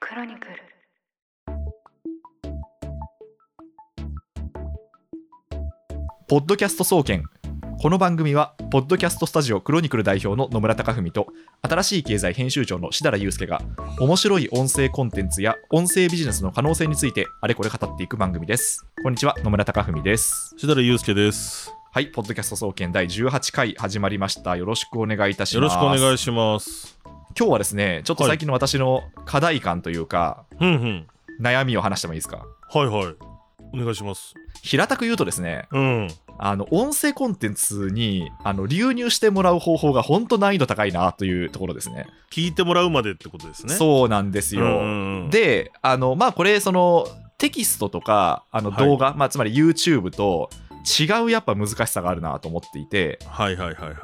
クロニクルポッドキャスト総研この番組はポッドキャストスタジオクロニクル代表の野村貴文と新しい経済編集長の設楽祐介が面白い音声コンテンツや音声ビジネスの可能性についてあれこれ語っていく番組ですこんにちは野村貴文ですしだらゆうすけです。はいポッドキャスト総研第18回始まりましたよろしくお願いいたしよまろすしくお願いすします。今日はですねちょっと最近の私の課題感というか、うんうん。悩みを話してもいいですかはいはい。お願いします。平たく言うとですねうん。あの音声コンテンツにあの流入してもらう方法が本当難易度高いなというところですね。聞いてもらうまでってことですね。そうなんですうんよ。うんうんであのまあこれそのテキストとかあのはい動画、まあ、つまり YouTube と違うやっぱ難しさがあるなと思っていてはいはいはいはい。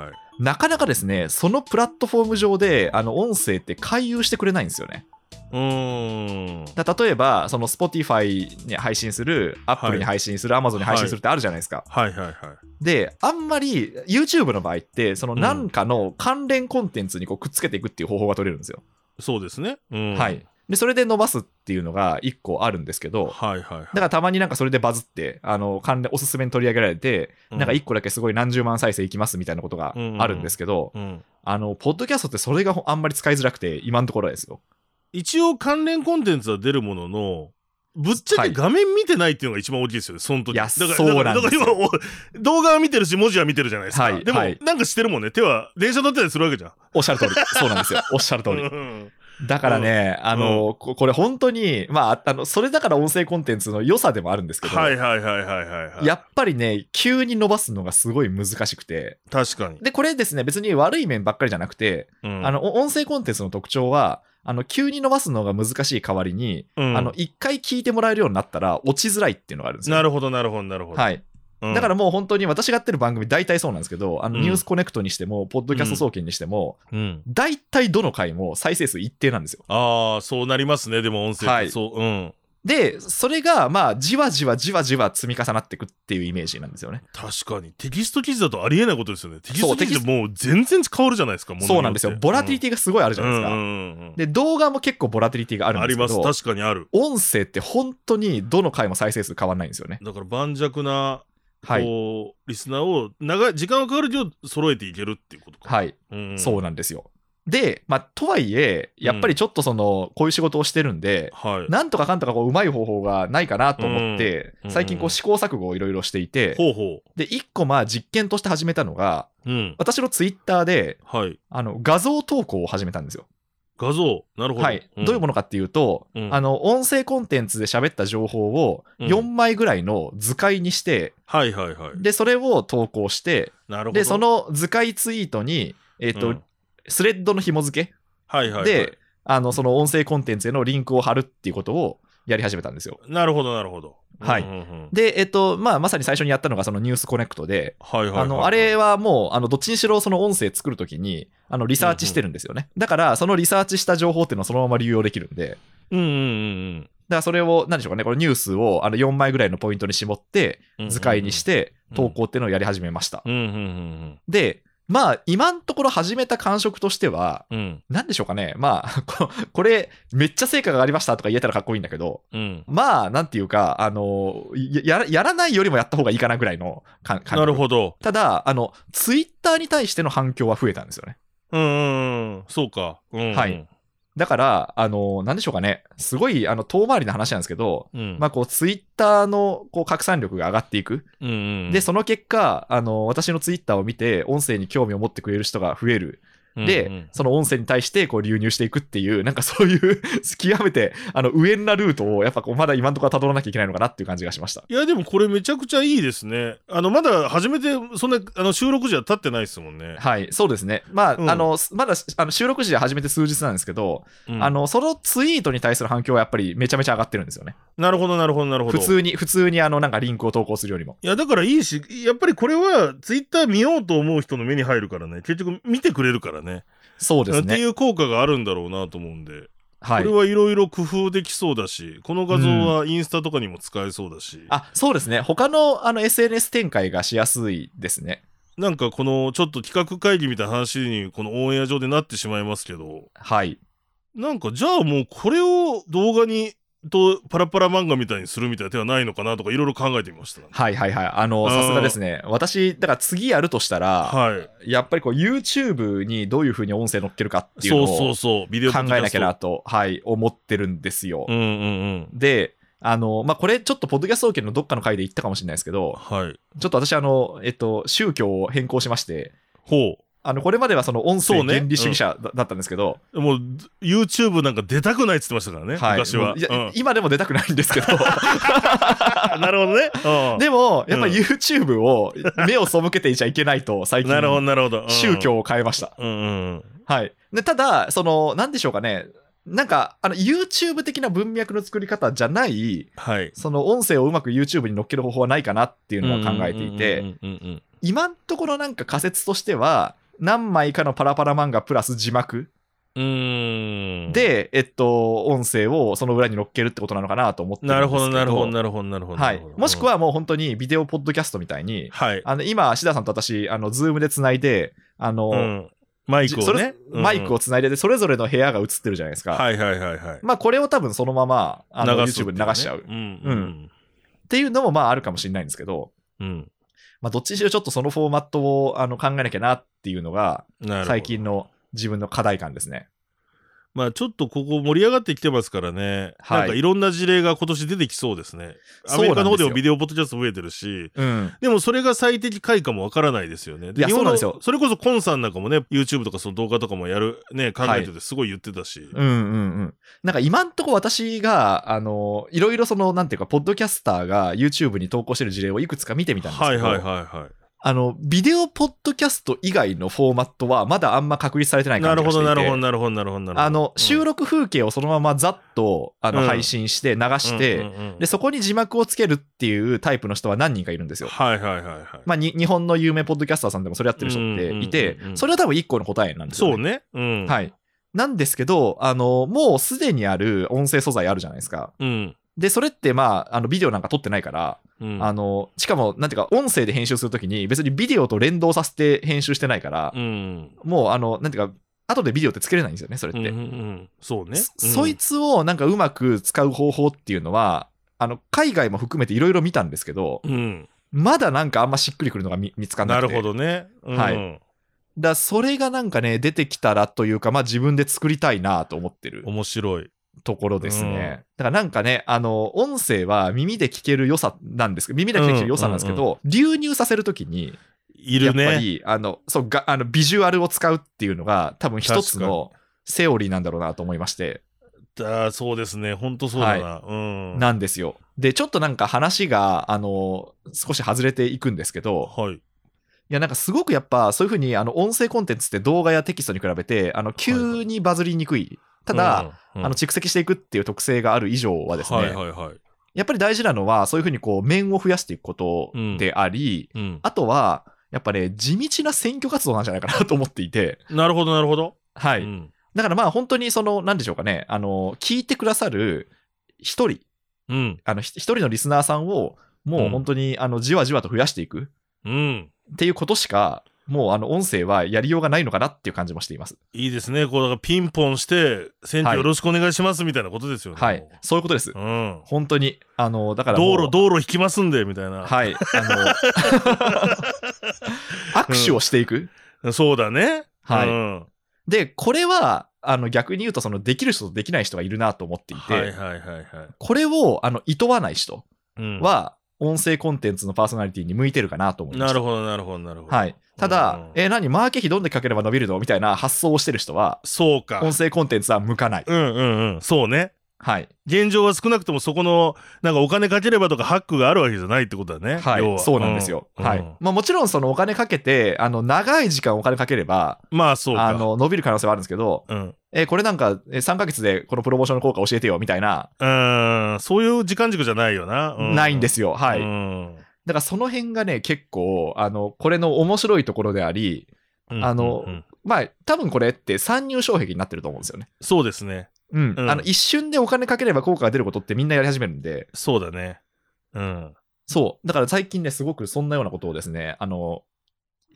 なかなかですねそのプラットフォーム上であの音声って回遊してくれないんですよね。うーん。だ例えばその Spotify に配信する Apple に配信する、Amazon に配信するってあるじゃないですか。はいはいはい。で、あんまり YouTube の場合って、その何かの関連コンテンツにこうくっつけていくっていう方法が取れるんですよ。そうですね。うん。はい。。で、それで伸ばすっていうのが1個あるんですけど、はいはいはい。だからたまになんかそれでバズって、あの、関連、おすすめに取り上げられて、うんなんか1個だけすごい何十万再生いきますみたいなことがあるんですけど、うん。あの、ポッドキャストってそれがほんあんまり使いづらくて、今のところですよ。一応関連コンテンツは出るものの、ぶっちゃはいけ画面見てないっていうのが一番大きいですよね、その時。いやだからそうなんですよだから今お動画は見てるし、文字は見てるじゃないですか。はいでも、はいなんかしてるもんね。手は、電車乗ってたりするわけじゃん。おっしゃる通り。そうなん ですよ。おっしゃる通り。うんだからね、あの、ここれ本当に、まあ、あの、それだから音声コンテンツの良さでもあるんですけど、はいはいはいはいはいはい。やっぱりね、急に伸ばすのがすごい難しくて。確かに。で、これですね、別に悪い面ばっかりじゃなくて、うんあ、の、お音声コンテンツの特徴は、あの、急に伸ばすのが難しい代わりに、うんあの、一回聞いてもらえるようになったら、落ちづらいっていうのがあるんですよ。なるほどなるほどなるほど。はい。うんだからもう本当に私がやってる番組大体そうなんですけど、あの、うんニュースコネクトにしても、ポッドキャスト総研にしても、うん大体どの回も再生数一定なんですよ。ああそうなりますねでも音声ってはいそううんで、それが、まあ、じわじわじわじわ積み重なっていくっていうイメージなんですよね。確かにテキスト記事だとありえないことですよねテキスそトうテ記キス事ってもう全然変わるじゃないですかそうなんですよ。ボラティリテティがすごいあるじゃないですか。かで、動画も結構ボラティリティがあるんあでりすけますど、確かにある音声って本当にどの回も再生数変わらないんですよね。だから盤石なはい。こうリスナーを長い時間はかかるけど揃えていけるっていうことかはい。うんそうなんですよ。で、まあ、とはいえ、やっぱりちょっとその、こういう仕事をしてるんで、はいなんとかかんとかこう、うまい方法がないかなと思って、うん最近こう、試行錯誤をいろいろしていて、ほうほで、一個まあ、実験として始めたのが、ううん私のツイッターで、はいあの、画像投稿を始めたんですよ。画像なるほどはい。どういうもののかっていうと、うんあの、音声コンテンツで喋った情報をうん4枚ぐらいの図解にして、はいはいはいで、それを投稿して、なるほどで、その図解ツイートに、えっ、と、うんスレッドの紐付けはいはいはいで、あの、その音声コンテンツへのリンクを貼るっていうことをやり始めたんですよ。なるほどなるほどはいうんうんうんで、えっ、と、まあ、まさに最初にやったのがそのニュースコネクトで、はいはいはいあの、あれはもう、あの、どっちにしろその音声作るときに、あの、リサーチしてるんですよね。だから、そのリサーチした情報っていうのをそのまま流用できるんで、うんうんうんだからそれを、何でしょうかね、このニュースをあの4枚ぐらいのポイントに絞って、うん図解にしてうん投稿っていうのをやり始めました。うんうんうんで、まあ、今のところ始めた感触としては、うんうんなんでしょうかね、まあ、 ここれ、めっちゃ成果がありましたとか言えたらかっこいいんだけど、うんまあ、なんていうか、あの、やややらないよりもやった方がいいかなぐらいの感感なる覚。ほどただ、あの、ツイッターに対しての反響は増えたんですよね。うんうんうんそうかうんうんはいだから、あの、なんでしょうかね、すごい、あの、遠回りな話なんですけど、うんまあ、こう、ツイッターの、こう、拡散力が上がっていく。うんうんで、その結果、あの、私のツイッターを見て、音声に興味を持ってくれる人が増える。うんうんで、その音声に対して、こう、流入していくっていう、なんかそういう、 極めて、あの、上なルートを、やっぱこう、まだ今のところは辿らなきゃいけないのかなっていう感じがしました。いやでもこれめちゃくちゃいいですねあのまだ初めてそんなあの収録時は経ってないですもんねはい、そうですね。まあ、うんあの、すまだ、あの収録時で始めて数日なんですけど、うんあの、そのツイートに対する反響はやっぱりめちゃめちゃ上がってるんですよね。なるほどなるほどなるほど普通に、普通に、あの、なんかリンクを投稿するよりも。いやだからいいしやっぱりこれはツイッター見ようと思う人の目に入るからね結局見てくれるからねそうですっていね。う効果があるんだろうなと思うんではいこれ。はいろいろ工夫できそうだし、この画像はインスタとかにも使えそうだし、あ、そうですね。他の、あの、SNS 展開がしやすいですね。なんかこのちょっと企画会議みたいな話にこのオンエア上でなってしまいますけど、はい。なんかじゃあもうこれを動画にとパラパラ漫画みたいにするみたいな手はないのかなとかいろいろ考えてみました。はいはいはい。あの、うんさすがですね。私、だから次やるとしたら、はやっぱりこう YouTube にどういうふうに音声乗っけるかっい。ていうのそをう考そうそう。ビデオえなきゃなと、はい、思ってるんですよ。ポッドキャスト。うんうんうん。で、あの、まあ、これちょっとポッドキャストオーケーのどっかの回で言ったかもしれないですけど、はい。ちょっと私、あの、えっと、宗教を変更しまして、ほあの、これまではその音声そうね原理主義者だ,、だったんですけど、う。もう YouTube なんか出たくないっつってましたからね。はい、昔は。もういやうん今でも出たくないんです けど、あなるほどね。うんでも、やっぱりう YouTube を目を背けていちゃいけないと、最なるほど近、なるほど。うん宗。教を変えました。うんうん。はい。で、ただ、その、なんでしょうかね。なんか、あの、YouTube 的な文脈の作り方じゃない、はい。その音声をうまく YouTube に乗っける方法はないかなっていうのは考えていて、うんうんうんうんうん今んところなんか仮説としては、何枚かのパラパラ漫画プラス字幕うん。うーん、で、えっと、音声をその裏に乗っけるってことなのかなと思ってるんなでするけほど。どなるほどなるほどなるほど。はい。もしくは、はもう本当にビデオポッドキャストみたいに、はい。あの、今、シダさんと私、あの、ズームでつないで、あの、うんマイクそをれね。うんマイクをつないでて、それぞれの部屋が映ってるじゃないですか。はいはいはいはい。まあこれを多分そのままあのすってい YouTube うにね流しちゃうっうんううんん。ていうのもまああるかもしれないんですけど、うん。まあ、どっちにしろちょっとそのフォーマットをあの考えなきゃなっていうのがなるほど最近の自分の課題感ですね。まあちょっとここ盛り上がってきてますからね。はいなんかいろんな事例が今年出てきそうですね。そうアなんですよメリカの方でもビデオポッドキャスト増えてるし。うん、でもそれが最適解かもわからないですよね。いや日そ本のうなんですよそれこそコンさんなんかもね、YouTube とかその動画とかもやる、ね、考えててすごい言ってたし。うんうんうんなんか今んとこ私があのいろいろそのなんていうかポッドキャスターが YouTube に投稿してる事例をいくつか見てみたんですはけいど、はいはあのビデオポッドキャスト以外のフォーマットはまだあんま確立されてないいはい。な感じるがほしていどてなるほどなるほどなるほどなるほど。あの収録録風景をそのままざっとあのうん配信して流して、で、そこに字幕をつけるっていうタイプの人は何人かいるんですよ。はいはいはいはい。まあ、に日本の有名ポッドキャスターさんでもそれやってる人っていてうんうんうんう、んそれは多分一個の答えなんですよ、ね。そうね。うん。。はいい。なんですけど、あの、もうすでにある音声素材あるじゃないですか。うん。で、それってまあ、あの、ビデオなんか撮ってないから、うんあの、しかも、なんていうか、音声で編集するときに別にビデオと連動させて編集してないから、うん。もう、あの、なんていうか、後でビデオってつけれないんですよね、それって。うんうんうんそうね。そうんそいつをなんかうまく使う方法っていうのは、あの海外も含めていろいろ見たんですけど、うん。まだなんかあんましっくりくるのが見見つかんななくてるほどね。うんはいだそれがなんかね出てきたらというか、まあ、自分で作りたいなと思ってる面白い。ところですね、うんだからなんかねあの音声は耳で聞ける良さなんですけど耳で聞ける良さなんですけど、流入させるときにいやっるぱね。り、あのそうがあのビジュアルを使うっていうのが多分一つのセオリーなんだろうなと思いまして。だそうですね。本当そうだな。うん。なんですよ。で、ちょっとなんか話が、あの、少し外れていくんですけど、はい。いや、なんかすごくやっぱ、そういうふうに、あの、音声コンテンツって動画やテキストに比べて、あの、急にバズりにくい。ただ、うん、あの、蓄積していくっていう特性がある以上はですね、はいはいはい。やっぱり大事なのは、そういうふうにこう、面を増やしていくことであり、うん。あとは、やっぱね、地道な選挙活動なんじゃないかなと思っていて、なるほどなるほど。はうい。んだからまあ、本当にその、なんでしょうかね、あの、聞いてくださる一人、うん。あのひ一人のリスナーさんをもう本当に、あのじわじわと増やしていくうん。っていうことしかもうあの音声はやりようがないのかなっていう感じもしています。いいですね。こう、だからピンポンして、選は挙いよろしくお願いしますみたいなことですよね。はい、そういうことです。うん。本当にあのだからも道う路、道路引きますんで、みたいな。はい あの握手をしていく。そうだね。はいうんでこれはあの逆に言うとそのできる人とできない人がいるなと思っていて、はいはいはいはい。これをあの厭わない人うん、は音声コンテンツのパーソナリティに向いてるかなと思いまなする。ほどなるほどなるほど。はい、たうんだ、え何マーケ費どんだけかければ伸びるのみたいな発想をしてる人はそうか。音声コンテンツは向かない。うんうんうん。そうね。はい。現状は少なくともそこの、なんかお金かければとかハックがあるわけじゃないってことだね。は要い。はそうなんですよ。は。ういん。まあもちろんそのお金かけて、あの、長い時間お金かければ、まあそうか。あの、伸びる可能性はあるんですけど、うん。えーこれなんかえー3ヶ月でこのプロモーションの効果教えてよみたいな、うーん、そういう時間軸じゃないよな。う。ないんですすよ。はうい。んだからその辺がね、結構、あの、これの面白いところであり、あのうんうんうんまあ多分これって参入障壁になってると思うんですよね。そうですね。うん。うんあの、一瞬でお金かければ効果が出ることってみんなやり始めるんで、そうだね。うん。そう。だから最近ね、すごくそんなようなことをですね、あの、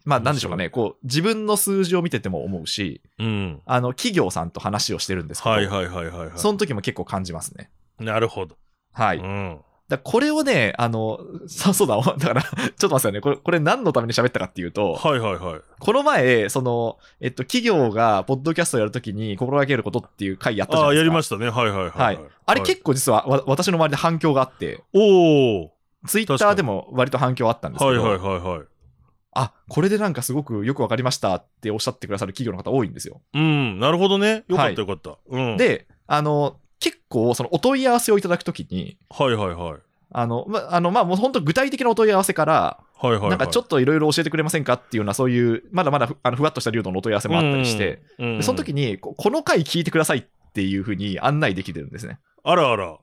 まあ、なんでしょうかね、こう、自分の数字を見てても思うし、うん。あの、企業さんと話をしてるんですけど、はいはいはいはい、はその時も結構感じますね。い。なるほど。はい。うん。だからこれをね、あの、そうそうだ、 だから、ちょっと待ってくださいね。これ、これ何のために喋ったかっていうと、はいはいはい。この前、その、えっと、企業が、ポッドキャストをやるときに心がけることっていう回やったじゃあなあ、いやですりか。ましたね。はいはいはい、はい。あれ結構実は、わ私の周りで反響があって、おおツイッターでも割と反響あったんですけど、はいはいはいはい。あ、これでなんかすごくよくわかりましたっておっしゃってくださる企業の方多いんですよ。うん、なるほどね。よかったよかった。うん。、で、あの、結構、そのお問い合わせをいただくときに、はいはいはい。あの、ま、あの、まあ、もう本当具体的なお問い合わせから、はいはい、はい。なんかちょっといろいろ教えてくれませんかっていうような、そういう、まだまだふあのふわっとした流動のお問い合わせもあったりして、うん、うんでその時にこ、この回聞いてくださいっていうふうに案内できてるんですね。あらあら。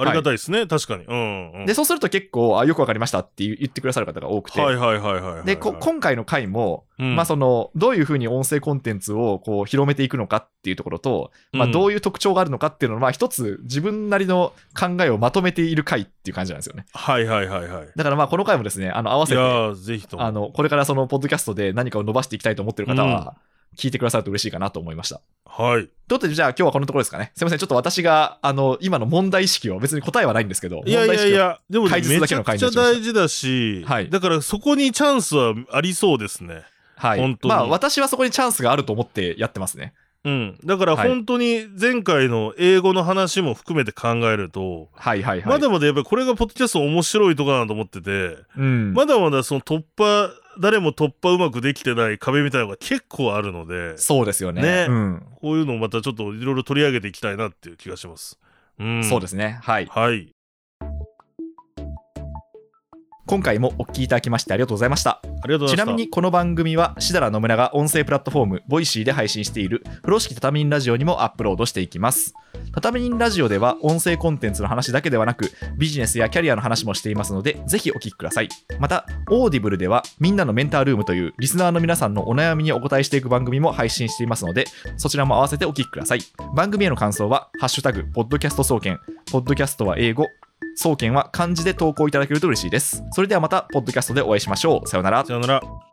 ありがたいですね。確かに。うん、うん。で、そうすると結構、あ、よくわかりましたっていう言ってくださる方が多くて、はいはいはいはいはい。でこ、今回の回も、うんまあその、どういうふうに音声コンテンツをこう広めていくのかっていうところと、まあうんどういう特徴があるのかっていうのの、まあ一つ自分なりの考えをまとめている回っていう感じなんですよね。はいはいはいはい。だからまあこの回もですね、あの合わいせやて、ー、ぜひとも。あの、これからそのポッドキャストで何かを伸ばしていきたいと思ってる方は、聞いてくださると嬉しいかなと思いました。はい。ということで、じゃあ今日はこのところですかね。すいません、ちょっと私が、あの、今の問題意識を、別に答えはないんですけど、いやいやいや、でもね解め説だちけのゃ回くにちなっゃちゃいました大事だし、はいだからそこにチャンスはありそうですね。問題意識をはい。本当にまあ私はそこにチャンスがあると思ってやってますね。うん。だからはい本当に前回の英語の話も含めて考えると、はいはいはい。まだまだやっぱりこれがポッドキャスト面白いとこだなと思ってて、うん。まだまだその突破、誰も突破うまくできてない壁みたいなのが結構あるので、そうですよね。ねうん。こういうのをまたちょっといろいろ取り上げていきたいなっていう気がします。うん。そうですね。はい。はい。今回もお聞きいただきましてありがとうございました。ありがとうごちざいました。なみにこの番組は、しだら野村が音声プラットフォーム、ボイシーで配信している、風呂敷畳人ラジオにもアップロードしていきます。畳人ラジオでは、音声コンテンツの話だけではなく、ビジネスやキャリアの話もしていますので、ぜひお聞きください。また、オーディブルでは、みんなのメンタールームという、リスナーの皆さんのお悩みにお答えしていく番組も配信していますので、そちらも合わせてお聞きください。番組への感想は、ハッシュタグ、ポッドキャスト総研、ポッドキャストは英語、総研は漢字で投稿いただけると嬉しいです。それではまた、ポッドキャストでお会いしましょう。さようなら。さよなら。